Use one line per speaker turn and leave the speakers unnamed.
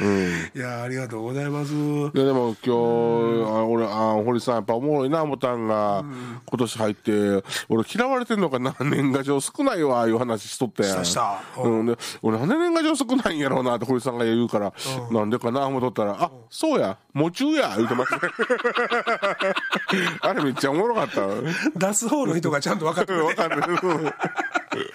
うん
いやありがとうございます
いやでも今日、あ俺あ堀さんやっぱおもろいな思たんが、今年入って俺嫌われてんのかな年賀状少ないわいう話しとって
したした
うん、で俺なんで年賀状少ないんやろうなって堀さんが言うから、なんでかな思っとったら「あそうや夢中や」言うてました あれめっちゃおもろかった
脱法の人がちゃんと分かってくれ
わ
て
かる